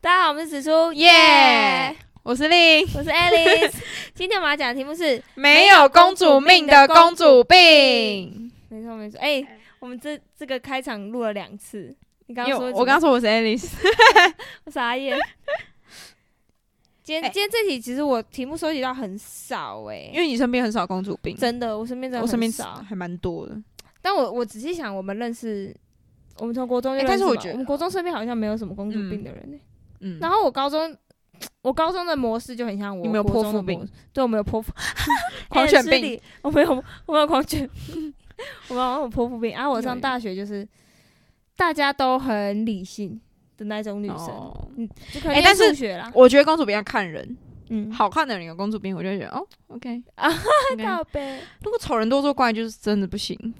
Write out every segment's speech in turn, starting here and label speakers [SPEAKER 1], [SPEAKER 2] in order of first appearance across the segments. [SPEAKER 1] 大家好，我们是紫苏，耶、
[SPEAKER 2] 我是令，
[SPEAKER 1] 我是 Alice。今 天我们要讲的题目是，
[SPEAKER 2] 没有公主命的公主病。
[SPEAKER 1] 没错没错，哎、我们这这个开场录了两次，你刚
[SPEAKER 2] 因为
[SPEAKER 1] 刚说
[SPEAKER 2] 我刚刚说我是 Alice，
[SPEAKER 1] 我傻 眼。今天、
[SPEAKER 2] 哎
[SPEAKER 1] 今天这题其实我题目收集到很少哎、
[SPEAKER 2] 因为你身边很少公主病，
[SPEAKER 1] 真的我身边真的
[SPEAKER 2] 我身边
[SPEAKER 1] 很少，
[SPEAKER 2] 还蛮多的。
[SPEAKER 1] 但我我仔细想，我们认识。我们从国中就
[SPEAKER 2] 哎
[SPEAKER 1] 认识嘛、
[SPEAKER 2] 但是我觉得
[SPEAKER 1] 我们国中身边好像没有什么公主病的人、哎
[SPEAKER 2] 嗯，
[SPEAKER 1] 然后我高中，我高中的模式就很像我
[SPEAKER 2] 你们有
[SPEAKER 1] 国中
[SPEAKER 2] 泼妇
[SPEAKER 1] 的模
[SPEAKER 2] 病，
[SPEAKER 1] 对，我们有泼 妇
[SPEAKER 2] 狂
[SPEAKER 1] 哎
[SPEAKER 2] 犬
[SPEAKER 1] 失
[SPEAKER 2] 病
[SPEAKER 1] 礼，我没有，我没有狂犬， 我没有我有泼妇病。然、啊、后我
[SPEAKER 2] 有
[SPEAKER 1] 上
[SPEAKER 2] 有
[SPEAKER 1] 大学就是大家都很理性的那种女生，
[SPEAKER 2] 哦
[SPEAKER 1] 就可
[SPEAKER 2] 哎
[SPEAKER 1] 能
[SPEAKER 2] 但
[SPEAKER 1] 念数
[SPEAKER 2] 是
[SPEAKER 1] 学啦，
[SPEAKER 2] 我觉得公主病要看人，
[SPEAKER 1] 嗯，
[SPEAKER 2] 好看的人有公主病，我就会觉得哦，OK
[SPEAKER 1] 啊
[SPEAKER 2] OK
[SPEAKER 1] 到呗。
[SPEAKER 2] 如果丑人多作怪，就是真的 不行。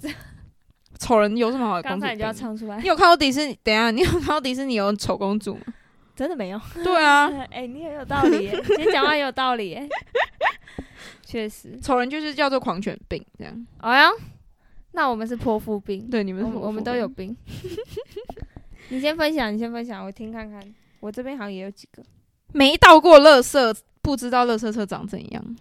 [SPEAKER 2] 丑人有什么好的呃
[SPEAKER 1] 刚
[SPEAKER 2] 公主
[SPEAKER 1] 才
[SPEAKER 2] 病？
[SPEAKER 1] 你就要唱出来
[SPEAKER 2] 你，有看过迪士尼？等一下，你有看过迪士尼有丑公 主吗？
[SPEAKER 1] 真的没 有。
[SPEAKER 2] 对啊，
[SPEAKER 1] 哎、 你很有道理耶，今天讲话也有道理 耶，确实。
[SPEAKER 2] 丑人就是叫做狂犬病这样。
[SPEAKER 1] 哎呀，那我们是泼妇病，
[SPEAKER 2] 对，你们
[SPEAKER 1] 我
[SPEAKER 2] 是
[SPEAKER 1] 们
[SPEAKER 2] 什么
[SPEAKER 1] 我们
[SPEAKER 2] 妇
[SPEAKER 1] 都
[SPEAKER 2] 病
[SPEAKER 1] 有病。 你先分享，你先分享，我听看看。我这边好像也有几个。
[SPEAKER 2] 没到过垃圾，不知道垃圾车长怎样，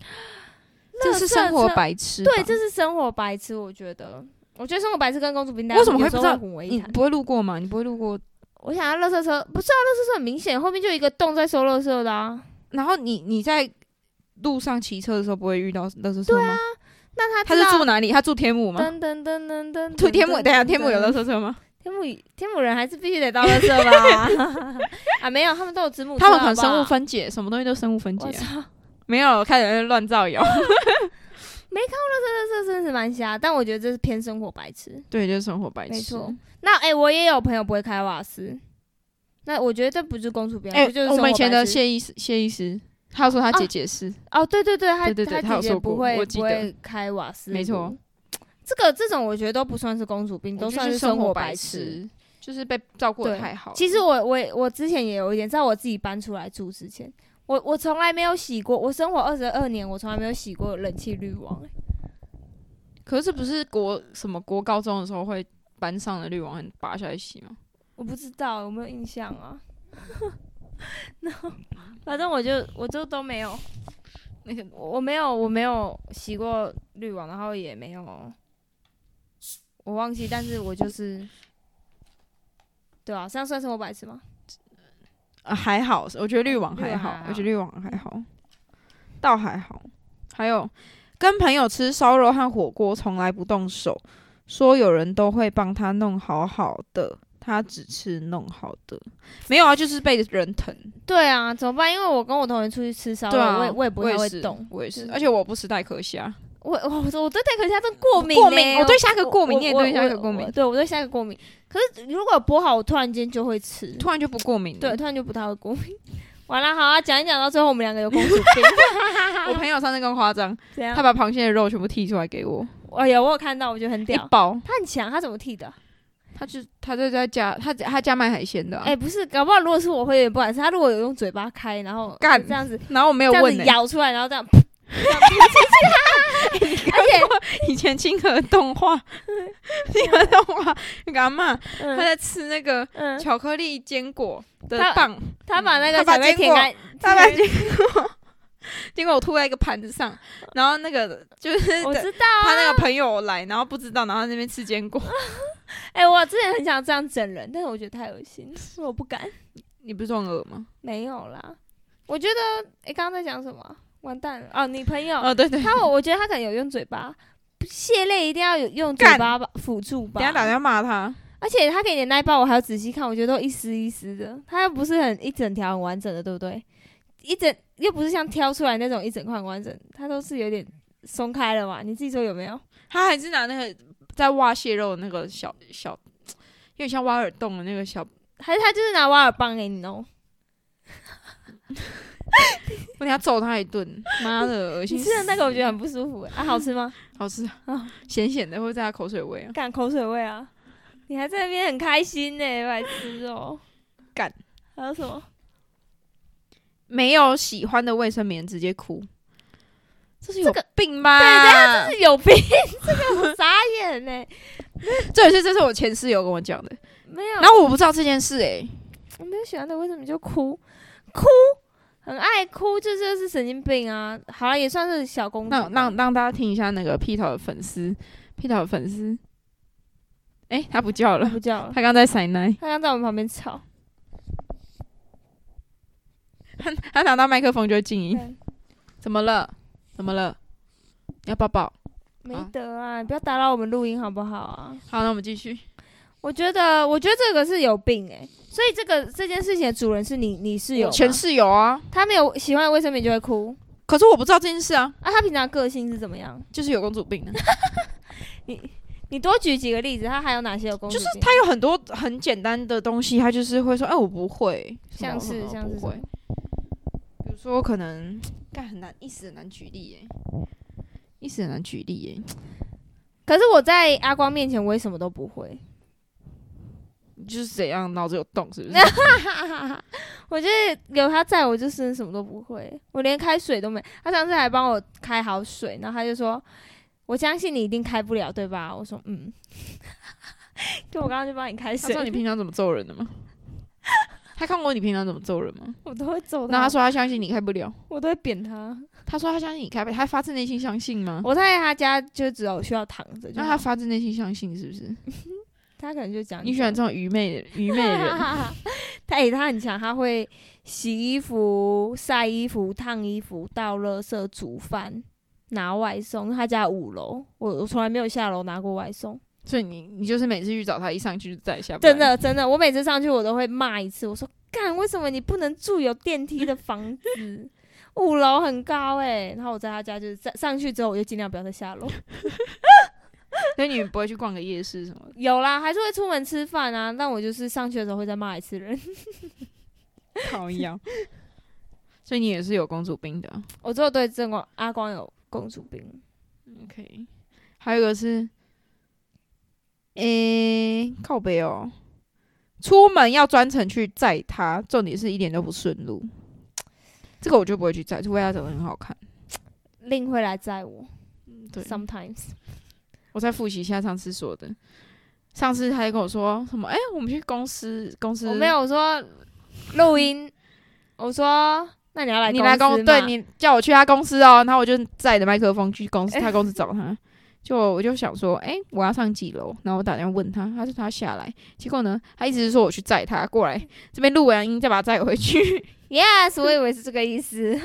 [SPEAKER 2] 这是生活白痴吧。
[SPEAKER 1] 对，这是生活白痴，我觉得。我觉得生活白痴跟公主病
[SPEAKER 2] 为什么会不知道
[SPEAKER 1] 混为一
[SPEAKER 2] 你
[SPEAKER 1] 谈？
[SPEAKER 2] 不会路过吗？你不会路过，
[SPEAKER 1] 我想要垃圾车，不是啊，垃圾车很明显，后面就有一个洞在收垃圾的啊。
[SPEAKER 2] 然后你你在路上骑车的时候不会遇到垃圾车
[SPEAKER 1] 啊
[SPEAKER 2] 吗？
[SPEAKER 1] 那他
[SPEAKER 2] 他
[SPEAKER 1] 知
[SPEAKER 2] 是
[SPEAKER 1] 道
[SPEAKER 2] 住哪里？他住天母吗？
[SPEAKER 1] 噔噔噔噔噔，
[SPEAKER 2] 住天母，
[SPEAKER 1] 噔
[SPEAKER 2] 等一下天母有垃
[SPEAKER 1] 噔
[SPEAKER 2] 圾车吗？
[SPEAKER 1] 天母天母人还是必须得到垃圾 吧？啊，没有，他们都有子母车，
[SPEAKER 2] 他们可能
[SPEAKER 1] 好不好
[SPEAKER 2] 生物，分解，什么东西都生物分解
[SPEAKER 1] 我
[SPEAKER 2] 啊。
[SPEAKER 1] 操，
[SPEAKER 2] 没有，开始在乱造 谣。
[SPEAKER 1] 这真的是蛮瞎，但我觉得这是偏生活白痴。
[SPEAKER 2] 对，就是生活白痴。
[SPEAKER 1] 没错那哎、欸我也有朋友不会开瓦斯，那我觉得这不是公主病啊，
[SPEAKER 2] 哎
[SPEAKER 1] 这就是，
[SPEAKER 2] 我
[SPEAKER 1] 生活
[SPEAKER 2] 们以前
[SPEAKER 1] 白
[SPEAKER 2] 的
[SPEAKER 1] 痴
[SPEAKER 2] 谢医师，谢医师，他说他姐姐是，
[SPEAKER 1] 哦，对对对，他
[SPEAKER 2] 对对对他
[SPEAKER 1] 他
[SPEAKER 2] 有
[SPEAKER 1] 姐姐
[SPEAKER 2] 说
[SPEAKER 1] 不
[SPEAKER 2] 过
[SPEAKER 1] 会
[SPEAKER 2] 我记
[SPEAKER 1] 不
[SPEAKER 2] 得
[SPEAKER 1] 会开瓦斯炉，
[SPEAKER 2] 没错
[SPEAKER 1] 这个这种我觉得都不算是公主病，
[SPEAKER 2] 我
[SPEAKER 1] 都
[SPEAKER 2] 就
[SPEAKER 1] 算
[SPEAKER 2] 是
[SPEAKER 1] 生
[SPEAKER 2] 活
[SPEAKER 1] 白痴。
[SPEAKER 2] 痴，就是被照顾的
[SPEAKER 1] 对
[SPEAKER 2] 太好了。
[SPEAKER 1] 其实我我也我之前也有一点，在我自己搬出来住之前，我我从来没有洗过，我生活二十二年，我从来没有洗过冷气滤网、欸
[SPEAKER 2] 可是不是国什么国高中的时候会班上的滤网很拔下来洗吗？
[SPEAKER 1] 我不知道有没有印象 啊。 然后反正我就我就都没有，
[SPEAKER 2] 那个
[SPEAKER 1] 我我没有我没有洗过滤网，然后也没有，我忘记，但是我就是，对啊，这样算生活白痴吗？
[SPEAKER 2] 呃还好，我觉得滤网
[SPEAKER 1] 滤
[SPEAKER 2] 还
[SPEAKER 1] 网
[SPEAKER 2] 好，
[SPEAKER 1] 还好
[SPEAKER 2] 我觉得滤网还好，倒还好。还有跟朋友吃烧肉和火锅从来不动手，说有人都会帮他弄好好的，他只吃弄好的，没有啊，就是被人疼。
[SPEAKER 1] 对啊，怎么办？因为我跟我同学出去吃烧肉，
[SPEAKER 2] 对啊，
[SPEAKER 1] 我也我也不太会
[SPEAKER 2] 是
[SPEAKER 1] 动，
[SPEAKER 2] 我也是
[SPEAKER 1] 就，是
[SPEAKER 2] 而且我不吃带壳虾，
[SPEAKER 1] 我我我我对带壳虾真过敏、
[SPEAKER 2] 过敏
[SPEAKER 1] 欸
[SPEAKER 2] 我对虾壳
[SPEAKER 1] 我
[SPEAKER 2] 过敏
[SPEAKER 1] 我
[SPEAKER 2] 你也
[SPEAKER 1] 我
[SPEAKER 2] 对虾
[SPEAKER 1] 我
[SPEAKER 2] 壳过敏
[SPEAKER 1] 我对我对虾壳过敏。可是如果剥好，我突然间就会吃，
[SPEAKER 2] 突然就不过敏了。
[SPEAKER 1] 对，，突然就不太会过敏。完了，好啊，讲一讲到最后，我们两个有公 主病，
[SPEAKER 2] 我朋友上次更夸张，
[SPEAKER 1] 怎样
[SPEAKER 2] 他？把螃蟹的肉全部剔出来给我，
[SPEAKER 1] 哎呀，我有看到，我觉得很
[SPEAKER 2] 一
[SPEAKER 1] 屌。
[SPEAKER 2] 包。
[SPEAKER 1] 他很强，他怎么剃的？
[SPEAKER 2] 啊他就他就在家，他他家卖海鲜的啊、
[SPEAKER 1] 哎、不是，搞不好如果是我会有点不敢吃。他如果有用嘴巴开，然后
[SPEAKER 2] 干
[SPEAKER 1] 这样子，
[SPEAKER 2] 然后我没
[SPEAKER 1] 这
[SPEAKER 2] 有
[SPEAKER 1] 样
[SPEAKER 2] 问
[SPEAKER 1] 子
[SPEAKER 2] 呢、
[SPEAKER 1] 咬出来，然后这 样，噗这样逼进去而
[SPEAKER 2] 以前清河动 画，清河动画那个阿嬷，
[SPEAKER 1] 且，
[SPEAKER 2] 她
[SPEAKER 1] 嗯
[SPEAKER 2] 在吃那个
[SPEAKER 1] 嗯，
[SPEAKER 2] 巧克力坚果的
[SPEAKER 1] 她
[SPEAKER 2] 棒，
[SPEAKER 1] 他把那个
[SPEAKER 2] 他把
[SPEAKER 1] 小贝
[SPEAKER 2] 坚
[SPEAKER 1] 舔
[SPEAKER 2] 果
[SPEAKER 1] 干，
[SPEAKER 2] 她把
[SPEAKER 1] 舔
[SPEAKER 2] 结果 结果我吐在一个盘子上，然后那个就是
[SPEAKER 1] 我
[SPEAKER 2] 的
[SPEAKER 1] 知道啊。
[SPEAKER 2] 她那个朋友来，然后不知道，然后在那边吃坚果。
[SPEAKER 1] 哎、我之前很想这样整人，但是我觉得太恶心，所以我不敢。
[SPEAKER 2] 你不是很恶吗？
[SPEAKER 1] 没有啦，我觉得，哎、刚刚在讲什么？完蛋了哦，你朋友，
[SPEAKER 2] 哦，对对，
[SPEAKER 1] 他我我觉得他可能有用嘴巴，蟹类一定要有用嘴
[SPEAKER 2] 干
[SPEAKER 1] 巴吧辅助吧。
[SPEAKER 2] 等一下打电话骂他。
[SPEAKER 1] 而且他给你的那一包，我还要仔细看，我觉得都一丝一丝的，它又不是很一整条很完整的，对不对？一整又不是像挑出来那种一整块很完整，它都是有点松开了嘛。你自己说有没有？
[SPEAKER 2] 他还是拿那个在挖蟹肉的那个小小，有点像挖耳洞的那个小，
[SPEAKER 1] 还是他就是拿挖耳棒给你弄？
[SPEAKER 2] 我等一下揍他一顿，妈的，恶
[SPEAKER 1] 你
[SPEAKER 2] 心
[SPEAKER 1] 吃
[SPEAKER 2] 死！
[SPEAKER 1] 的那个我觉得很不舒 服、啊，好吃吗？
[SPEAKER 2] 好吃
[SPEAKER 1] 啊
[SPEAKER 2] 啊，咸咸的，会在他口水味啊。
[SPEAKER 1] 干口水味啊！你还在那边很开心呢、白痴哦、
[SPEAKER 2] 干
[SPEAKER 1] 还有什么？
[SPEAKER 2] 没有喜欢的卫生棉直接哭，这是
[SPEAKER 1] 这
[SPEAKER 2] 有
[SPEAKER 1] 个
[SPEAKER 2] 病吧？
[SPEAKER 1] 这是有病， 这个我傻眼呢、
[SPEAKER 2] 这也是这是我前室友跟我讲的，
[SPEAKER 1] 没有
[SPEAKER 2] 然，后我不知道这件事哎、
[SPEAKER 1] 我没有喜欢的，为什么就哭？哭，很爱哭，这就是神经病啊！好了，也算是小公主吧。
[SPEAKER 2] 让让让大家听一下那个屁头的粉丝，屁头的粉丝，哎、他不叫
[SPEAKER 1] 他
[SPEAKER 2] 了，
[SPEAKER 1] 不叫了，
[SPEAKER 2] 他刚在塞奶，
[SPEAKER 1] 他刚在我们旁边吵。
[SPEAKER 2] 他他拿到麦克风就会静音
[SPEAKER 1] 对。
[SPEAKER 2] 怎么了？怎么了？要抱抱。
[SPEAKER 1] 没
[SPEAKER 2] 啊
[SPEAKER 1] 得啊！你不要打扰我们录音好不好啊？
[SPEAKER 2] 好，那我们继续。
[SPEAKER 1] 我觉得，我觉得这个是有病哎、所以这个这件事情的主人是你，你室友吗，
[SPEAKER 2] 前室友啊，
[SPEAKER 1] 他没有喜欢的卫生棉就会哭
[SPEAKER 2] 可是我不知道这件事啊，
[SPEAKER 1] 啊。他平常个性是怎么样？
[SPEAKER 2] 就是有公 主病的，
[SPEAKER 1] 你多举几个例子，他还有哪些有公主
[SPEAKER 2] 就
[SPEAKER 1] 病？
[SPEAKER 2] 是他有很多很简单的东西，他就是会说，哎、我不会，什么
[SPEAKER 1] 像是
[SPEAKER 2] 什么
[SPEAKER 1] 像是
[SPEAKER 2] 不
[SPEAKER 1] 什
[SPEAKER 2] 会
[SPEAKER 1] 么。
[SPEAKER 2] 比如说，可能干很难，一时很难举例耶，一时很难举例耶。
[SPEAKER 1] 可是我在阿光面前，我也什么都不会。
[SPEAKER 2] 你就是怎样，脑子有洞是不 是？
[SPEAKER 1] 我觉得有他在我就真的什么都不会，我连开水都没。他上次还帮我开好水，然后他就说：“我相信你一定开不了，对吧？”我说：“嗯。” 就我刚刚就帮你开
[SPEAKER 2] 他
[SPEAKER 1] 水
[SPEAKER 2] 知道，你平常怎么揍人的吗？他看过你平常怎么揍人吗？
[SPEAKER 1] 我都会揍
[SPEAKER 2] 那
[SPEAKER 1] 他，
[SPEAKER 2] 他说他相信你开不了，
[SPEAKER 1] 我都会扁他。
[SPEAKER 2] 他说他相信你开不了，他发自内心相信吗？
[SPEAKER 1] 我在他家就只有需要躺着，就
[SPEAKER 2] 那
[SPEAKER 1] 好
[SPEAKER 2] 他发自内心相信是不是？
[SPEAKER 1] 他可能就讲
[SPEAKER 2] 嗯你喜欢这种愚昧的愚昧的 人？
[SPEAKER 1] 他诶、他很强，他会洗衣服、晒衣服、烫衣服、倒垃圾、煮饭、拿外送。他家五楼，我我从来没有下楼拿过外送，
[SPEAKER 2] 所以你你就是每次去找他，一上去就再也下不来
[SPEAKER 1] 真。的真的，我每次上去我都会骂一次，我说干，为什么你不能住有电梯的房子？ 五楼很高诶、然后我在他家就是上上去之后，我就尽量不要再下楼。
[SPEAKER 2] 所以你不会去逛个夜市什么的？
[SPEAKER 1] 有啦，还是会出门吃饭啊，但我就是上去的时候会再骂一次人。
[SPEAKER 2] 靠腰。所以你也是有公主病的啊。
[SPEAKER 1] 我只有对正光阿光有公主病。
[SPEAKER 2] OK，还有一个是，诶、靠北哦，出门要专程去载他，重点是一点都不顺路。这个我就不会去载，除非他长得很好看。
[SPEAKER 1] 令会来载我
[SPEAKER 2] 对，
[SPEAKER 1] ，sometimes。
[SPEAKER 2] 我再复习一下上次说的。上次他还跟我说什么？诶、我们去公司，公司
[SPEAKER 1] 我没，有说录音，我说那你要来
[SPEAKER 2] 你来
[SPEAKER 1] 公
[SPEAKER 2] 公，
[SPEAKER 1] 司
[SPEAKER 2] 对
[SPEAKER 1] 嘛
[SPEAKER 2] 你叫我去他公司哦，然后我就载着麦克风去
[SPEAKER 1] 哎
[SPEAKER 2] 公司，他公司找他。就我就想说，诶、我要上几楼？然后我打电话问他，他说他要下来。结果呢，他一直说我去载他过来，这边录完音再把他载 回去。
[SPEAKER 1] ，yes，我以为是这个意思。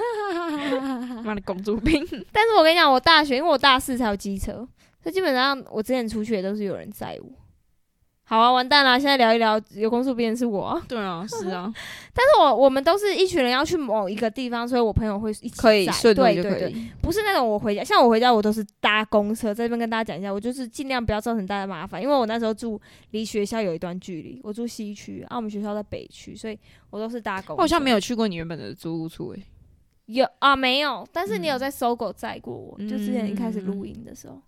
[SPEAKER 2] 妈的公主 病！
[SPEAKER 1] 但是我跟你讲，我大学因为我大四才有机车，所以基本上我之前出去也都是有人载我。好啊，完蛋啦！现在聊一聊有公主病的是我啊、
[SPEAKER 2] 对啊，是 啊，
[SPEAKER 1] 但是我我们都是一群人要去某一个地方，所以我朋友会一起
[SPEAKER 2] 可以
[SPEAKER 1] 载
[SPEAKER 2] 顺路
[SPEAKER 1] 对
[SPEAKER 2] 就
[SPEAKER 1] 对
[SPEAKER 2] 可
[SPEAKER 1] 对，
[SPEAKER 2] 以。
[SPEAKER 1] 不是那种我回家，像我回家我都是搭公车，在这边跟大家讲一下，我就是尽量不要造成大家麻烦，因为我那时候住离学校有一段距离，我住西区，啊，我们学校在北区，所以我都是搭公
[SPEAKER 2] 我
[SPEAKER 1] 车。
[SPEAKER 2] 好像没有去过你原本的租屋处欸诶、
[SPEAKER 1] 有啊，没有，但是你有
[SPEAKER 2] 嗯
[SPEAKER 1] 在搜狗载过我，就之前一开始
[SPEAKER 2] 嗯
[SPEAKER 1] 录音的时候，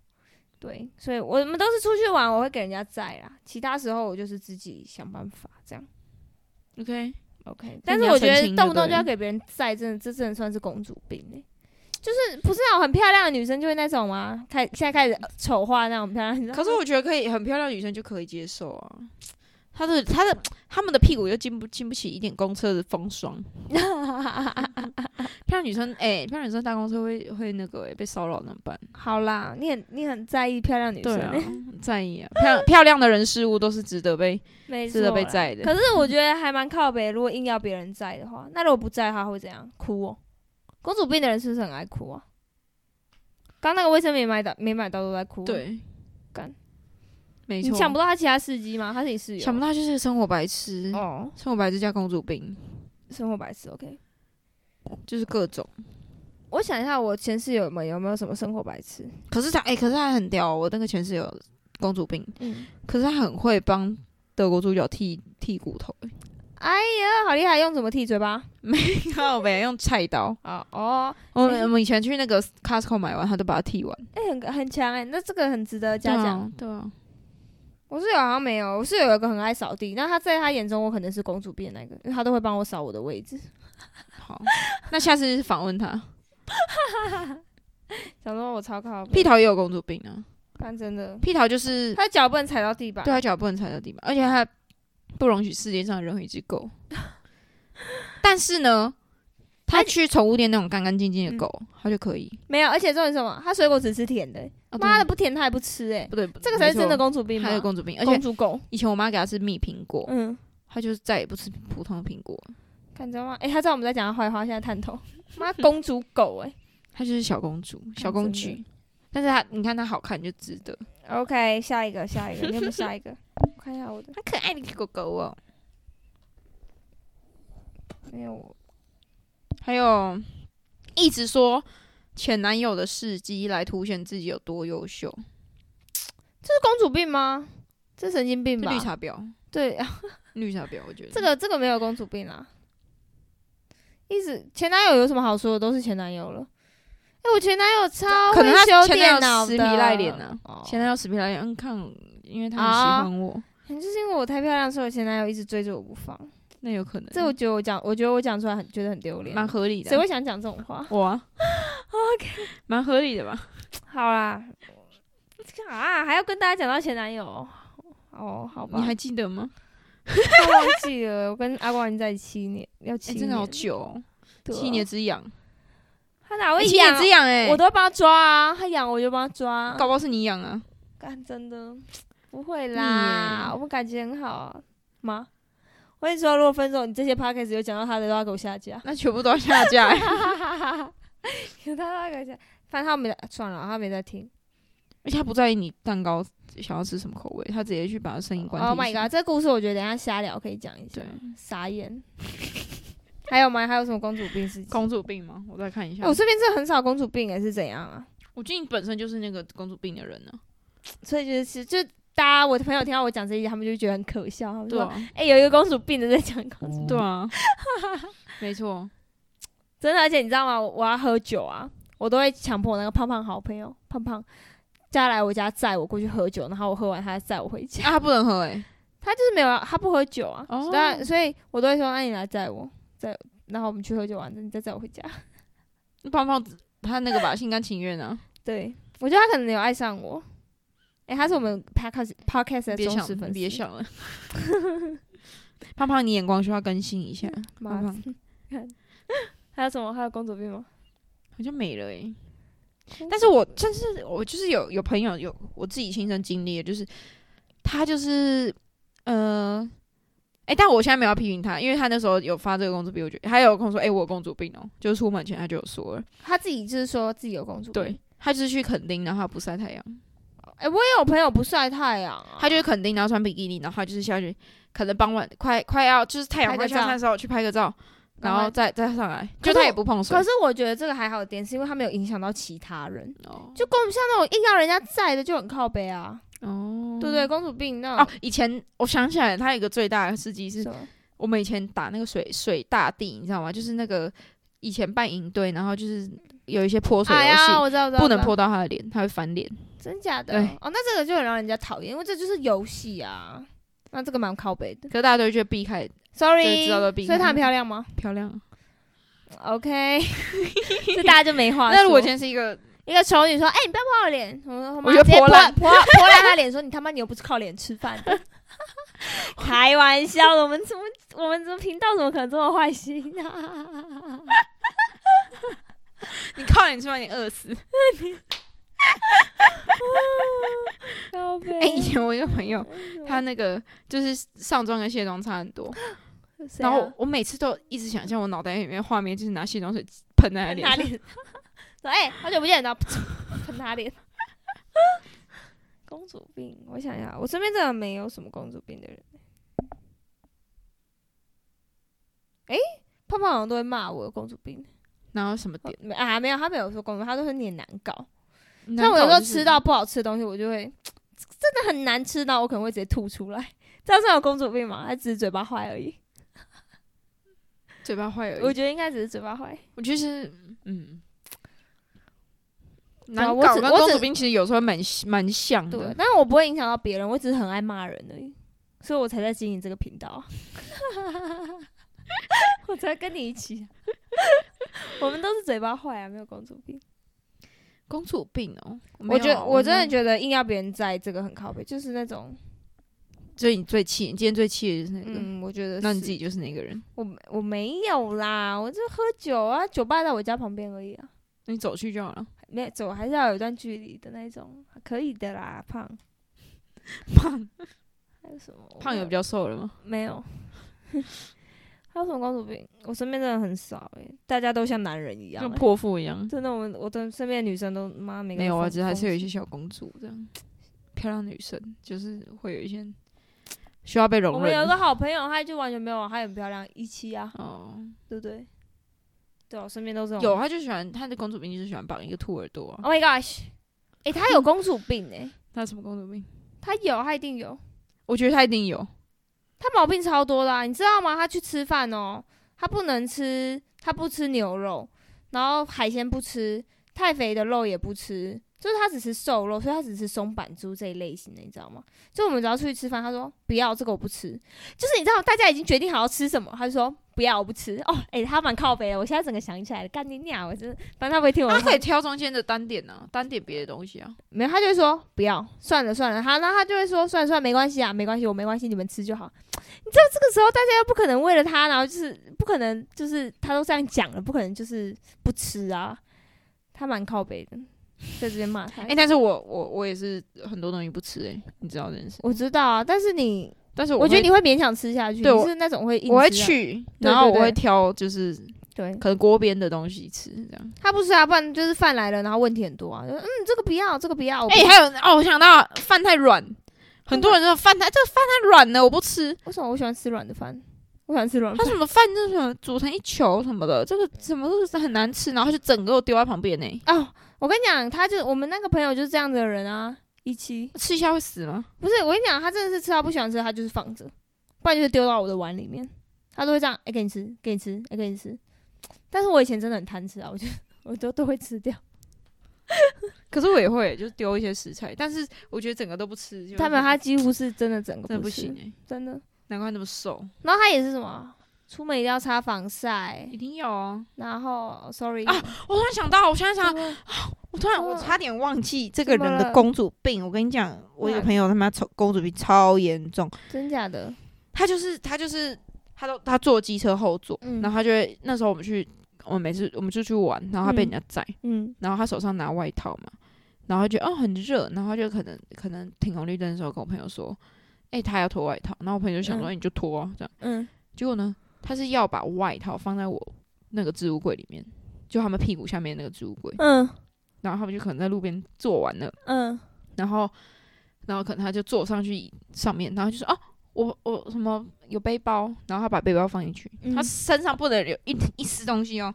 [SPEAKER 1] 对，所以我们都是出去玩，我会给人家载啦，其他时候我就是自己想办法这样。
[SPEAKER 2] OK，
[SPEAKER 1] OK，
[SPEAKER 2] 那
[SPEAKER 1] 但
[SPEAKER 2] 你
[SPEAKER 1] 是
[SPEAKER 2] 要
[SPEAKER 1] 我觉
[SPEAKER 2] 澄
[SPEAKER 1] 得
[SPEAKER 2] 清就
[SPEAKER 1] 动不动
[SPEAKER 2] 对
[SPEAKER 1] 就要给别人载，真的这真的算是公主病哎、就是不是那种很漂亮的女生就会那种吗？开现在开始呃丑化那种漂亮的女生，
[SPEAKER 2] 可是我觉得可以很漂亮的女生就可以接受啊。她的她的她们的屁股又经不经不起一点公车的风霜。 漂亮女生哎、漂亮女生搭公车会会那个、欸、被骚扰怎么办？
[SPEAKER 1] 好啦，你很你很在意漂亮女生、
[SPEAKER 2] 对啊
[SPEAKER 1] 欸，，
[SPEAKER 2] 在意啊，漂亮漂亮的人事物都是值得被
[SPEAKER 1] 没错
[SPEAKER 2] 值
[SPEAKER 1] 啦
[SPEAKER 2] 得被。在的。
[SPEAKER 1] 可是我觉得还蛮靠 北，如果硬要别人载的话，那如果不载他会怎样？哭哦。公主病的人是不是很爱哭啊？刚那个卫生棉买到没买到都在哭、，
[SPEAKER 2] 对，
[SPEAKER 1] 干，
[SPEAKER 2] 没
[SPEAKER 1] 你
[SPEAKER 2] 错，
[SPEAKER 1] 想不到他其他司机吗？他是你室友，
[SPEAKER 2] 想不到就是生活白痴，
[SPEAKER 1] 哦，
[SPEAKER 2] 生活白痴加公主病，
[SPEAKER 1] 生活白痴，OK。
[SPEAKER 2] 就是各种。
[SPEAKER 1] 我想一下，我前室友们有没有什么生活白痴？
[SPEAKER 2] 可是他哎、可是他很屌哦、我那个前室友公主病，
[SPEAKER 1] 嗯，
[SPEAKER 2] 可是他很会帮德国猪脚剔剔骨头、 欸，
[SPEAKER 1] 哎呀，好厉害，用怎么剃嘴巴？
[SPEAKER 2] 靠呗，用菜刀。
[SPEAKER 1] 啊哦，
[SPEAKER 2] 我们我们以前去那个 Costco 买完，他都把它剃完。
[SPEAKER 1] 哎、很很强哎、那这个很值得嘉奖。
[SPEAKER 2] 对啊，
[SPEAKER 1] 我室友好像没有，我室友有一个很爱扫地，那他在他眼中我可能是公主病的那个，因为他都会帮我扫我的位置。
[SPEAKER 2] 好，那下次访 问他。
[SPEAKER 1] 想说我超靠
[SPEAKER 2] 屁
[SPEAKER 1] 屁，
[SPEAKER 2] 桃也有公主病啊，
[SPEAKER 1] 看真的，
[SPEAKER 2] 屁桃就是
[SPEAKER 1] 他脚不能踩到地板
[SPEAKER 2] 对。他脚不能踩 到地板，而且他不容许世界上任何一只狗。但是呢，他
[SPEAKER 1] 哎
[SPEAKER 2] 去宠物店那种干干净净
[SPEAKER 1] 嗯
[SPEAKER 2] 的狗，他就可以。
[SPEAKER 1] 没有，而且重点是什么？它水果只吃甜的、欸，
[SPEAKER 2] 哦
[SPEAKER 1] 妈、的，不甜它也不吃哎、
[SPEAKER 2] 不对，不对
[SPEAKER 1] 这个才是真的
[SPEAKER 2] 没错
[SPEAKER 1] 公主病吧
[SPEAKER 2] 她有公主病，而
[SPEAKER 1] 公
[SPEAKER 2] 且
[SPEAKER 1] 主狗，
[SPEAKER 2] 以前我妈给她吃蜜苹果，
[SPEAKER 1] 嗯，
[SPEAKER 2] 她就是再也不吃普通的苹果，
[SPEAKER 1] 看知道吗？哎、他知道我们在讲她坏话，现在探 头，妈公主狗哎、
[SPEAKER 2] 她就是小公主、小公
[SPEAKER 1] 哦真
[SPEAKER 2] 举。但是她，你看她好看就值得，
[SPEAKER 1] OK，下一个，下一个， 你有没有下一个？我看一下我的，
[SPEAKER 2] 好可爱的狗狗哦。
[SPEAKER 1] 没有，
[SPEAKER 2] 还有一直说前男友的事迹来凸显自己有多优秀，
[SPEAKER 1] 这是公主病吗？这神经病
[SPEAKER 2] 这
[SPEAKER 1] 嗯吧？
[SPEAKER 2] 绿茶婊，
[SPEAKER 1] 对， 啊
[SPEAKER 2] 绿茶婊，我觉得
[SPEAKER 1] 这个这个没有公主病啊。一直前男友有什么好说的？都是前男友了。哎、我前男友超
[SPEAKER 2] 可能
[SPEAKER 1] 会
[SPEAKER 2] 他
[SPEAKER 1] 修
[SPEAKER 2] 前男
[SPEAKER 1] 电
[SPEAKER 2] 友
[SPEAKER 1] 脑的，
[SPEAKER 2] 死皮赖脸呢、
[SPEAKER 1] 哦
[SPEAKER 2] 前男友死皮赖脸，嗯，看我，因为他很
[SPEAKER 1] 啊
[SPEAKER 2] 喜欢我，
[SPEAKER 1] 就是因为我太漂亮，所以我前男友一直追着我不放。
[SPEAKER 2] 那有可能，
[SPEAKER 1] 这我觉得我讲，我觉得我讲出来很觉得很丢脸。
[SPEAKER 2] 蛮合理
[SPEAKER 1] 谁
[SPEAKER 2] 的啊。
[SPEAKER 1] 会想讲这种话？
[SPEAKER 2] 我啊，OK，蛮合理的吧？
[SPEAKER 1] 好啦，干啊？还要跟大家讲到前男友哦？哦，好吧，
[SPEAKER 2] 你还记得吗？
[SPEAKER 1] 太忘记了。我跟阿光已经在一起七年，要七
[SPEAKER 2] 哎，
[SPEAKER 1] 年，
[SPEAKER 2] 真的好久哦，
[SPEAKER 1] 对啊
[SPEAKER 2] 七年，之痒，
[SPEAKER 1] 他哪
[SPEAKER 2] 哎
[SPEAKER 1] 会
[SPEAKER 2] 七年
[SPEAKER 1] 养
[SPEAKER 2] 之？痒，哎，
[SPEAKER 1] 我都会帮他抓啊，他养我就帮他抓啊。
[SPEAKER 2] 搞不好是你痒啊，
[SPEAKER 1] 干真的不会
[SPEAKER 2] 你
[SPEAKER 1] 啦
[SPEAKER 2] 耶，
[SPEAKER 1] 我们感情很好啊妈。我跟你说，如果分手，你这些 podcast 有讲到他的，都要给我下架。
[SPEAKER 2] 那全部都要下架哎，
[SPEAKER 1] 有他都要给我下， 反正他没在算了，他没在听。
[SPEAKER 2] 而且他不在意你蛋糕想要吃什么口味，他直接去把声音关掉。
[SPEAKER 1] Oh my god，这个故事我觉得等一下瞎聊可以讲一下
[SPEAKER 2] 对。
[SPEAKER 1] 傻眼。 还有吗？还有什么公主病事情？
[SPEAKER 2] 公主病吗？我再看一下。
[SPEAKER 1] 哎我这边真的很少公主病哎、是怎样啊？
[SPEAKER 2] 我觉得你本身就是那个公主病的人呢、
[SPEAKER 1] 所以就是就大家我的朋友听到我讲这一集，他们就觉得很可笑，他们
[SPEAKER 2] 对
[SPEAKER 1] 说
[SPEAKER 2] 啊，：“
[SPEAKER 1] 哎、有一个公主病的在讲公主病。”
[SPEAKER 2] 对啊，没错。
[SPEAKER 1] 真的，而且你知道吗？我我要喝酒啊，我都会强迫我那个胖胖好朋友胖胖，家来我家载我过去喝酒，然后我喝完他载我回家。
[SPEAKER 2] 啊，他不能喝哎、
[SPEAKER 1] 他就是没有要，他不喝酒啊，
[SPEAKER 2] 哦
[SPEAKER 1] 但、所以我都会说，那哎你来载我，载，然后我们去喝酒玩，你再载我 回家。
[SPEAKER 2] 胖胖子他那个吧，心甘情愿啊，
[SPEAKER 1] 对，我觉得他可能有爱上我。诶，他是我们 podcast podcast 的
[SPEAKER 2] 别
[SPEAKER 1] 忠实
[SPEAKER 2] 想
[SPEAKER 1] 粉丝，
[SPEAKER 2] 别想了。 胖胖，你眼光需要更新一下。
[SPEAKER 1] 妈
[SPEAKER 2] 胖
[SPEAKER 1] 的
[SPEAKER 2] 胖
[SPEAKER 1] 还有什么？还有公主病吗？
[SPEAKER 2] 好像没了哎、但是我但是我就是有有朋友有我自己亲身经历的，就是他就是呃。哎、但我现在没有要批评他，因为他那时候有发这个公主病，我觉得他有跟我说，哎、我有公主病哦、就是出门前他就有说了，
[SPEAKER 1] 他自己就是说自己有公主病。
[SPEAKER 2] 对，他就是去垦丁，然后他不晒太阳，
[SPEAKER 1] 哦诶，我也有朋友不晒太阳啊，
[SPEAKER 2] 他就是垦丁，然后穿比基尼，然后他就是下去，可能傍晚快快要就是太阳
[SPEAKER 1] 拍个
[SPEAKER 2] 快下山的时候去拍个照，
[SPEAKER 1] 然
[SPEAKER 2] 然
[SPEAKER 1] 后
[SPEAKER 2] 后再再上来，
[SPEAKER 1] 可是
[SPEAKER 2] 就他
[SPEAKER 1] 我
[SPEAKER 2] 也不碰水
[SPEAKER 1] 可。是我觉得这个还好的点，是因为他没有影响到其他人。
[SPEAKER 2] 哦
[SPEAKER 1] 就公像那种硬要人家在的，就很靠背啊，
[SPEAKER 2] 哦
[SPEAKER 1] 对不对？公主病那
[SPEAKER 2] 哦
[SPEAKER 1] 种，
[SPEAKER 2] 以前我想起来，他有一个最大的事迹是
[SPEAKER 1] 什么
[SPEAKER 2] 我们以前打那个水水大地，你知道吗？就是那个以前办营队，然后就是有一些泼水
[SPEAKER 1] 哎
[SPEAKER 2] 游戏，
[SPEAKER 1] 呀，我知道，我知道，
[SPEAKER 2] 不能
[SPEAKER 1] 我知道
[SPEAKER 2] 泼，到他的脸，他会翻脸。
[SPEAKER 1] 真假的
[SPEAKER 2] 对？
[SPEAKER 1] 哦，那这个就很让人家讨厌，因为这就是游戏啊。那这个蛮靠背的
[SPEAKER 2] 可是大家都会觉得避开
[SPEAKER 1] ，sorry，
[SPEAKER 2] 对知道的避开
[SPEAKER 1] 所以她很漂亮吗
[SPEAKER 2] 漂亮。
[SPEAKER 1] ？OK，这大家就没话说。
[SPEAKER 2] 那如果今天是一个
[SPEAKER 1] 一个丑女说：“哎，你不要泼我脸。”我说：“妈
[SPEAKER 2] 我觉得
[SPEAKER 1] 直接
[SPEAKER 2] 泼
[SPEAKER 1] 泼
[SPEAKER 2] 烂
[SPEAKER 1] 泼泼烂她脸，说你他妈你又不是靠脸吃饭的。” 开玩笑的，我们怎么我们怎么频道怎么可能这么坏心啊？
[SPEAKER 2] 你靠脸吃饭，你饿死。
[SPEAKER 1] 靠 背。
[SPEAKER 2] 哎、以前我一个朋友，
[SPEAKER 1] 嗯
[SPEAKER 2] 他那个就是上妆跟卸妆差很多，
[SPEAKER 1] 谁啊
[SPEAKER 2] 然后我每次都一直想象我脑袋里面画面就是拿卸妆水喷在他
[SPEAKER 1] 喷
[SPEAKER 2] 脸
[SPEAKER 1] 他
[SPEAKER 2] 上，
[SPEAKER 1] 脸， 说哎、好久不见，然后 喷他脸。 公主病，我想一下，我身边真的没有什么公主病的人。哎、胖胖好像都会骂我有公主病，
[SPEAKER 2] 然后什么点，
[SPEAKER 1] 没啊没有，他没有说公主病，他都说你很难搞。
[SPEAKER 2] 那
[SPEAKER 1] 像我有时候吃到不好吃的东西，我就会真的很难吃到，我可能会直接吐出来。这样算有公主病吗？他只是嘴巴坏而已。
[SPEAKER 2] 嘴巴坏而已。
[SPEAKER 1] 我
[SPEAKER 2] 我
[SPEAKER 1] 觉得应该只是嘴巴坏。
[SPEAKER 2] 我就是嗯，
[SPEAKER 1] 啊
[SPEAKER 2] 难
[SPEAKER 1] 我
[SPEAKER 2] 搞
[SPEAKER 1] 只
[SPEAKER 2] 跟
[SPEAKER 1] 我
[SPEAKER 2] 公主
[SPEAKER 1] 只
[SPEAKER 2] 病其实有时候蛮蛮像
[SPEAKER 1] 对
[SPEAKER 2] 的，。
[SPEAKER 1] 但是我不会影响到别人，我只是很爱骂人而已，所以我才在经营这个频 道， 我才跟你一 起。我们都是嘴巴坏啊，没有公主病。
[SPEAKER 2] 公主病哦，没
[SPEAKER 1] 我
[SPEAKER 2] 有
[SPEAKER 1] 觉
[SPEAKER 2] 啊
[SPEAKER 1] 我真的
[SPEAKER 2] 没有
[SPEAKER 1] 觉得硬要别人在这个很靠背，就是那种
[SPEAKER 2] 所以你最气，你今天最气的就是那个，
[SPEAKER 1] 嗯，我觉得
[SPEAKER 2] 那你
[SPEAKER 1] 是
[SPEAKER 2] 自己就是那个人。
[SPEAKER 1] 我没我没有啦，我就喝酒啊，酒吧在我家旁边而已啊，
[SPEAKER 2] 你走去就好了。
[SPEAKER 1] 没走还是要有一段距离的那种，可以的啦，胖
[SPEAKER 2] 胖
[SPEAKER 1] 还有什么？我
[SPEAKER 2] 胖
[SPEAKER 1] 没
[SPEAKER 2] 有比较瘦了吗？
[SPEAKER 1] 没有？ 还有什么公主病？我身边真的很少诶、大家都像男人一样
[SPEAKER 2] 就
[SPEAKER 1] 欸、
[SPEAKER 2] 泼妇一样。啊
[SPEAKER 1] 真的，我们我的身边的女生都妈每个
[SPEAKER 2] 没有啊，
[SPEAKER 1] 疯
[SPEAKER 2] 只是还是有一些
[SPEAKER 1] 疯
[SPEAKER 2] 小公主这样，漂亮女生就是会有一些需要被
[SPEAKER 1] 我们
[SPEAKER 2] 容
[SPEAKER 1] 有一
[SPEAKER 2] 忍。
[SPEAKER 1] 个好朋友，她就完全没有啊，她很漂亮，一七啊，
[SPEAKER 2] 哦，
[SPEAKER 1] 对不对？对啊，我身边都是这种。
[SPEAKER 2] 有，她就喜欢她的公主病，就是喜欢绑一个兔耳朵、啊。
[SPEAKER 1] ，Oh my gosh！诶、她有公主病诶、
[SPEAKER 2] 她什么公主病？
[SPEAKER 1] 她有，她一定有。
[SPEAKER 2] 我觉得她一定有。
[SPEAKER 1] 他毛病超多的啊、你知道吗？他去吃饭哦，他不能吃，他不吃牛肉，然后海鲜不吃，太肥的肉也不吃，就是他只吃瘦肉，所以他只吃松板猪这一类型的，你知道吗？就我们只要出去吃饭，他说不要这个我不吃，就是你知道大家已经决定好要吃什么，他就说不要我不吃哦，诶、他蛮靠北的，我现在整个想起来了，干你娘！我真的，反正他不会听我的
[SPEAKER 2] 她
[SPEAKER 1] 话，
[SPEAKER 2] 可以挑中间的单点啊，单点别的东西啊。
[SPEAKER 1] 没有，他就会说不要，算了算了，他那他就会说算了算了，没关系啊，没关系，我没关系，你们吃就好。你知道这个时候大家又不可能为了他，然后就是不可能就是他都这样讲了，不可能就是不吃啊，他蛮靠北的，在这边骂他。
[SPEAKER 2] 哎、但是我我我也是很多东西不吃哎、你知道这件事。
[SPEAKER 1] 我知道啊，但是你，
[SPEAKER 2] 但是
[SPEAKER 1] 我
[SPEAKER 2] 我
[SPEAKER 1] 觉得
[SPEAKER 2] 会
[SPEAKER 1] 你会勉强吃下去，
[SPEAKER 2] 对
[SPEAKER 1] 你
[SPEAKER 2] 我
[SPEAKER 1] 是那种会硬
[SPEAKER 2] 我会
[SPEAKER 1] 吃啊，
[SPEAKER 2] 去，
[SPEAKER 1] 对
[SPEAKER 2] 然后
[SPEAKER 1] 对
[SPEAKER 2] 我会
[SPEAKER 1] 对
[SPEAKER 2] 挑就是
[SPEAKER 1] 对
[SPEAKER 2] 可能锅边的东西吃这样。
[SPEAKER 1] 他不吃啊，不然就是饭来了，然后问题很多啊，就嗯这个不要，这个不要，我不
[SPEAKER 2] 哎、还有哦，我想到饭太软，很多人说饭太这个饭太软了，我不 吃。
[SPEAKER 1] 为什么我喜欢吃软的饭？我喜欢吃软
[SPEAKER 2] 他
[SPEAKER 1] 饭，
[SPEAKER 2] 什么饭就是什么煮成一球什么的，这个什么都是很难吃，然后就整个丢在旁边呢、
[SPEAKER 1] 哦，我跟你讲，他就我们那个朋友就是这样的人啊，一期
[SPEAKER 2] 吃一下会死吗？
[SPEAKER 1] 不是我跟你讲，他真的是吃到不喜欢吃，他就是放着，不然就是丢到我的碗里面，他都会这样，哎、给你吃，给你吃，哎、给你吃。但是我以前真的很贪吃啊，我就 我都都会吃掉。
[SPEAKER 2] 可是我也会，就是丢一些食材，但是我觉得整个都不吃，就是
[SPEAKER 1] 他们他几乎是真的整
[SPEAKER 2] 真
[SPEAKER 1] 个
[SPEAKER 2] 的不
[SPEAKER 1] 吃
[SPEAKER 2] 行，哎、
[SPEAKER 1] 真的。
[SPEAKER 2] 难怪那么瘦，
[SPEAKER 1] 然后他也是什么，啊出门一定要擦防晒，
[SPEAKER 2] 一定要啊！
[SPEAKER 1] 然后 sorry
[SPEAKER 2] 啊我突然想到，我突然想到，
[SPEAKER 1] 对嗯
[SPEAKER 2] 我突然
[SPEAKER 1] 真的
[SPEAKER 2] 我差点忘记这个人
[SPEAKER 1] 怎么
[SPEAKER 2] 的
[SPEAKER 1] 了
[SPEAKER 2] 公主病。我跟你讲，
[SPEAKER 1] 嗯
[SPEAKER 2] 我有个朋友他妈超公主病超严重，
[SPEAKER 1] 真假的，
[SPEAKER 2] 他就是他就是他都他坐机车后座，
[SPEAKER 1] 嗯
[SPEAKER 2] 然后他就会那时候我们去，我们每次我们就去玩，然后他被人家载，
[SPEAKER 1] 嗯
[SPEAKER 2] 然后他手上拿外套嘛，然后他觉得哦很热，然后他就可能可能停红绿灯的时候跟我朋友说，哎、他要脱外套，然后我朋友就想说、
[SPEAKER 1] 嗯
[SPEAKER 2] 哎你就脱啊这样，
[SPEAKER 1] 嗯，
[SPEAKER 2] 结果呢他是要把外套放在我那个置物柜里面，就他们屁股下面那个置物柜，
[SPEAKER 1] 嗯
[SPEAKER 2] 然后他们就可能在路边坐完了，
[SPEAKER 1] 嗯，
[SPEAKER 2] 然后然后可能他就坐上去上面，然后就说哦，我我什么有背包，然后他把背包放进去，
[SPEAKER 1] 嗯
[SPEAKER 2] 他身上不能有一一丝东西哦，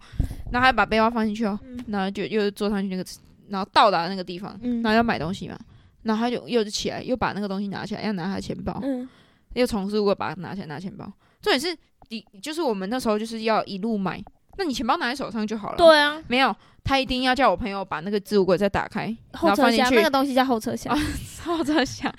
[SPEAKER 2] 然后他把背包放进去哦，然后就又坐上去那个，然后到达那个地方，
[SPEAKER 1] 嗯
[SPEAKER 2] 然后要买东西嘛。然后他就又就起来，又把那个东西拿起来，要拿他的钱包，
[SPEAKER 1] 嗯
[SPEAKER 2] 又重复过把它拿起来拿钱包。重点是，你就是我们那时候就是要一路买，那你钱包拿在手上就好了。，
[SPEAKER 1] 对啊，
[SPEAKER 2] 没有，他一定要叫我朋友把那个置物柜再打开，然
[SPEAKER 1] 后
[SPEAKER 2] 后放
[SPEAKER 1] 车
[SPEAKER 2] 进
[SPEAKER 1] 厢
[SPEAKER 2] 去哦
[SPEAKER 1] 那，个东西叫后车厢，
[SPEAKER 2] 后车厢，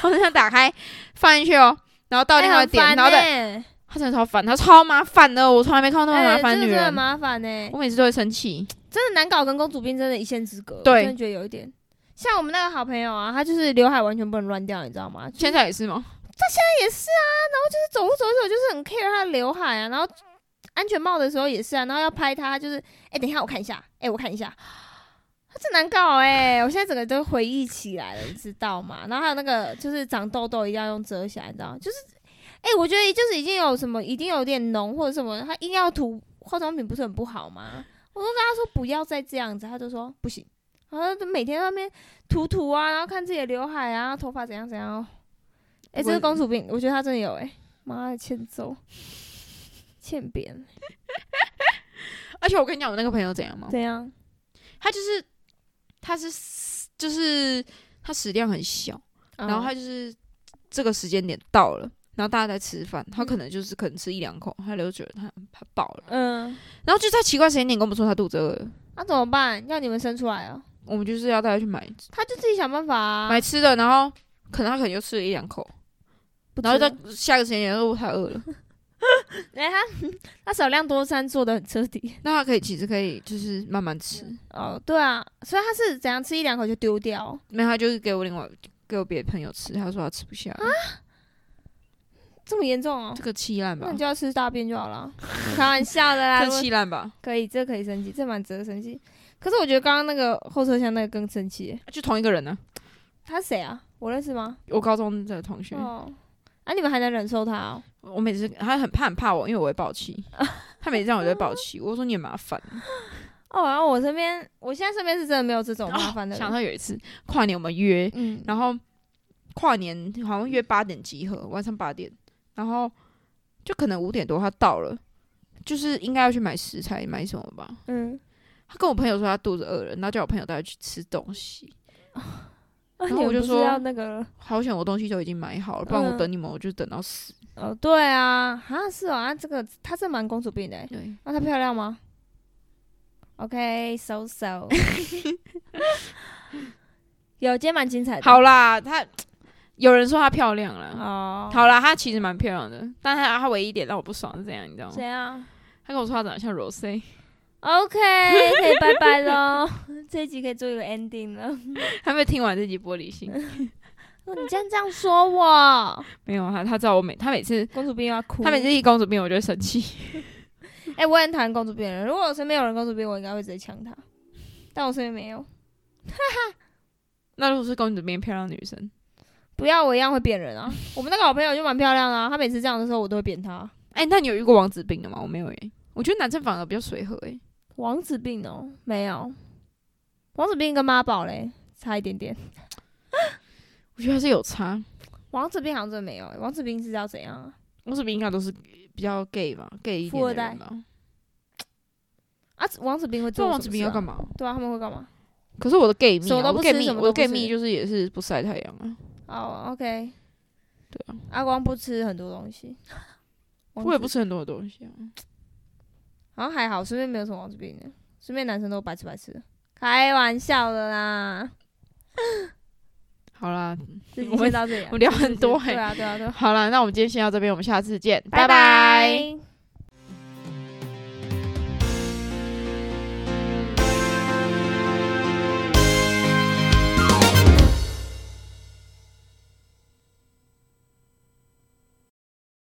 [SPEAKER 2] 后车厢打开放进去哦，然后到另外一个
[SPEAKER 1] 哎
[SPEAKER 2] 点，然后再
[SPEAKER 1] 再
[SPEAKER 2] 他真的超烦，他超麻烦的，我从来没看过那么麻烦
[SPEAKER 1] 哎
[SPEAKER 2] 的女
[SPEAKER 1] 真的嗯
[SPEAKER 2] 人
[SPEAKER 1] 很，麻烦欸呢
[SPEAKER 2] 我。每次都会生气。
[SPEAKER 1] 真的难搞，跟公主病真的一线之隔。
[SPEAKER 2] 对
[SPEAKER 1] 我真的觉得有一点。像我们那个好朋友啊，他就是刘海完全不能乱掉，你知道吗？就是
[SPEAKER 2] 现在也是吗？
[SPEAKER 1] 他也是啊，然后就是走路走一走就是很 care 他的刘海啊，然后安全帽的时候也是啊，然后要拍他他就是，哎、等一下我看一下，哎、我看一下，他真难搞哎、我现在整个都回忆起来了，你知道吗？然后还有那个就是长痘痘一定要用遮瑕，你知道吗？就是，哎、我觉得就是已经有什么一定有点浓或者什么，他硬要涂化妆品不是很不好吗？我都跟他说不要再这样子，他就说不行。然后他每天在那边涂涂啊，然后看自己的刘海啊，头发怎样怎样哦。哎、这是
[SPEAKER 2] 我
[SPEAKER 1] 公主病，我觉得他真的有哎、妈的欠揍，欠扁，
[SPEAKER 2] 而且我跟你讲，我那个朋友怎样吗？
[SPEAKER 1] 怎样？
[SPEAKER 2] 他就是，他是就是他食量很小，
[SPEAKER 1] 嗯
[SPEAKER 2] 然
[SPEAKER 1] 啊
[SPEAKER 2] 后他就是这个时间点到了。然后大家在吃饭，他可能就是可能吃一两口，他就觉得他他饱了，
[SPEAKER 1] 嗯，
[SPEAKER 2] 然后就在奇怪时间点跟我们说他肚子饿了，
[SPEAKER 1] 那、怎么办？要你们生出来哦，
[SPEAKER 2] 我们就是要带他去买
[SPEAKER 1] 他就自己想办法啊。
[SPEAKER 2] 买吃的，然后可能他可能又吃了一两口，
[SPEAKER 1] 不
[SPEAKER 2] 然后
[SPEAKER 1] 吃
[SPEAKER 2] 到
[SPEAKER 1] 了
[SPEAKER 2] 下个时间点又太 饿了，
[SPEAKER 1] 哎、他他少量多餐做的很彻底。
[SPEAKER 2] 那他可以其实可以就是慢慢吃，
[SPEAKER 1] 哦，对啊，所以他是怎样吃一两口就丢掉？啊
[SPEAKER 2] 没有他就是给我另外给我别的朋友吃，他说他吃不下了，
[SPEAKER 1] 这么严重哦、
[SPEAKER 2] 这个气烂
[SPEAKER 1] 那
[SPEAKER 2] 吧
[SPEAKER 1] 你？就要吃大便就好了。开玩笑的啦，
[SPEAKER 2] 这
[SPEAKER 1] 如果
[SPEAKER 2] 气烂吧？
[SPEAKER 1] 可以，这可以生气，这蛮值得生气。可是我觉得刚刚那个后车厢那个更生气耶，
[SPEAKER 2] 就同一个人呢、
[SPEAKER 1] 他是谁啊？我认识吗？
[SPEAKER 2] 我高中的同学，
[SPEAKER 1] 哦，啊，你们还能忍受他哦？
[SPEAKER 2] 我每次他很怕很怕我，因为我会爆 气，他每次让我就会爆气。我说你很麻烦。
[SPEAKER 1] 哦，然后我身边，我现在身边是真的没有这种麻烦的人。
[SPEAKER 2] 哦想到有一次跨年我们约，
[SPEAKER 1] 嗯，
[SPEAKER 2] 然后跨年好像约八点集合，晚上八点，然后就可能五点多他到了，就是应该要去买食材买什么吧。
[SPEAKER 1] 嗯，
[SPEAKER 2] 他跟我朋友说他肚子饿了，然后叫我朋友带他去吃东西。
[SPEAKER 1] 然
[SPEAKER 2] 后我就说
[SPEAKER 1] 要那个了，
[SPEAKER 2] 好险我东西都已经买好了，不然我
[SPEAKER 1] 嗯
[SPEAKER 2] 等你们我就等到死。
[SPEAKER 1] 哦，对啊，啊是哦，啊这个她是蛮公主病的耶，
[SPEAKER 2] 对，
[SPEAKER 1] 那、她漂亮吗？OK，so so，有，今天蛮精彩的。
[SPEAKER 2] 好啦，他有人说她漂亮啦，
[SPEAKER 1] 哎哦，
[SPEAKER 2] 好啦，她其实蛮漂亮的，但她她唯一一点让我不爽是怎样，你知道吗？
[SPEAKER 1] 谁啊？
[SPEAKER 2] 她跟我说她长得像 Rose，
[SPEAKER 1] OK，可以拜拜喽， 这一集可以做一个 ending 了。哦
[SPEAKER 2] 她没有听完这集玻璃心，
[SPEAKER 1] 嗯你竟然这样说我，
[SPEAKER 2] 没有她她知道我每她每次
[SPEAKER 1] 公主病又要哭。
[SPEAKER 2] 她每次一公主病我就会生气，
[SPEAKER 1] 哎、我也很讨厌公主病的人。如果我身边有人公主病，我应该会直接呛他。但我身边没有，
[SPEAKER 2] 那如果是公主病漂亮女生，
[SPEAKER 1] 不要我一样会扁人啊。我们那个好朋友就蛮漂亮的、啊，她每次这样的时候，我都会扁她。
[SPEAKER 2] 哎、那你有遇过王子病的吗？我没有耶、我觉得男生反而比较随和哎、
[SPEAKER 1] 王子病哦，没有。王子病跟妈宝嘞差一点点，
[SPEAKER 2] 我觉得还是有差。
[SPEAKER 1] 王子病好像真的没有、欸王子病是要怎样啊？
[SPEAKER 2] 王子病应该都是比较 gay 吧，gay 一点的人吧。
[SPEAKER 1] 啊，王子病会
[SPEAKER 2] 这
[SPEAKER 1] 做、
[SPEAKER 2] 王子病要干
[SPEAKER 1] 嘛？
[SPEAKER 2] 嘛？
[SPEAKER 1] 对啊，他们会干嘛？
[SPEAKER 2] 可是我的 gay 蜜、
[SPEAKER 1] 什么
[SPEAKER 2] 啊，
[SPEAKER 1] 都不
[SPEAKER 2] 我
[SPEAKER 1] 吃
[SPEAKER 2] 的 gay 蜜，
[SPEAKER 1] 什么
[SPEAKER 2] 我
[SPEAKER 1] 都
[SPEAKER 2] 的
[SPEAKER 1] 不吃
[SPEAKER 2] gay 蜜就是也是不晒太阳啊。
[SPEAKER 1] 哦，OK。
[SPEAKER 2] 对啊，
[SPEAKER 1] 阿光不吃很多东西，王
[SPEAKER 2] 我也
[SPEAKER 1] 子
[SPEAKER 2] 不吃很多的东西啊。
[SPEAKER 1] 好像还好，身边没有什么王子病的，身边男生都白痴白痴的，开玩笑的啦。
[SPEAKER 2] 好啦，
[SPEAKER 1] 这集
[SPEAKER 2] 我们
[SPEAKER 1] 先到这里啊，
[SPEAKER 2] 我聊很多
[SPEAKER 1] 对
[SPEAKER 2] 欸
[SPEAKER 1] 啊对啊对啊，
[SPEAKER 2] 好啦，那我们今天先到这边，我们下次见，
[SPEAKER 1] 拜
[SPEAKER 2] 拜拜
[SPEAKER 1] 拜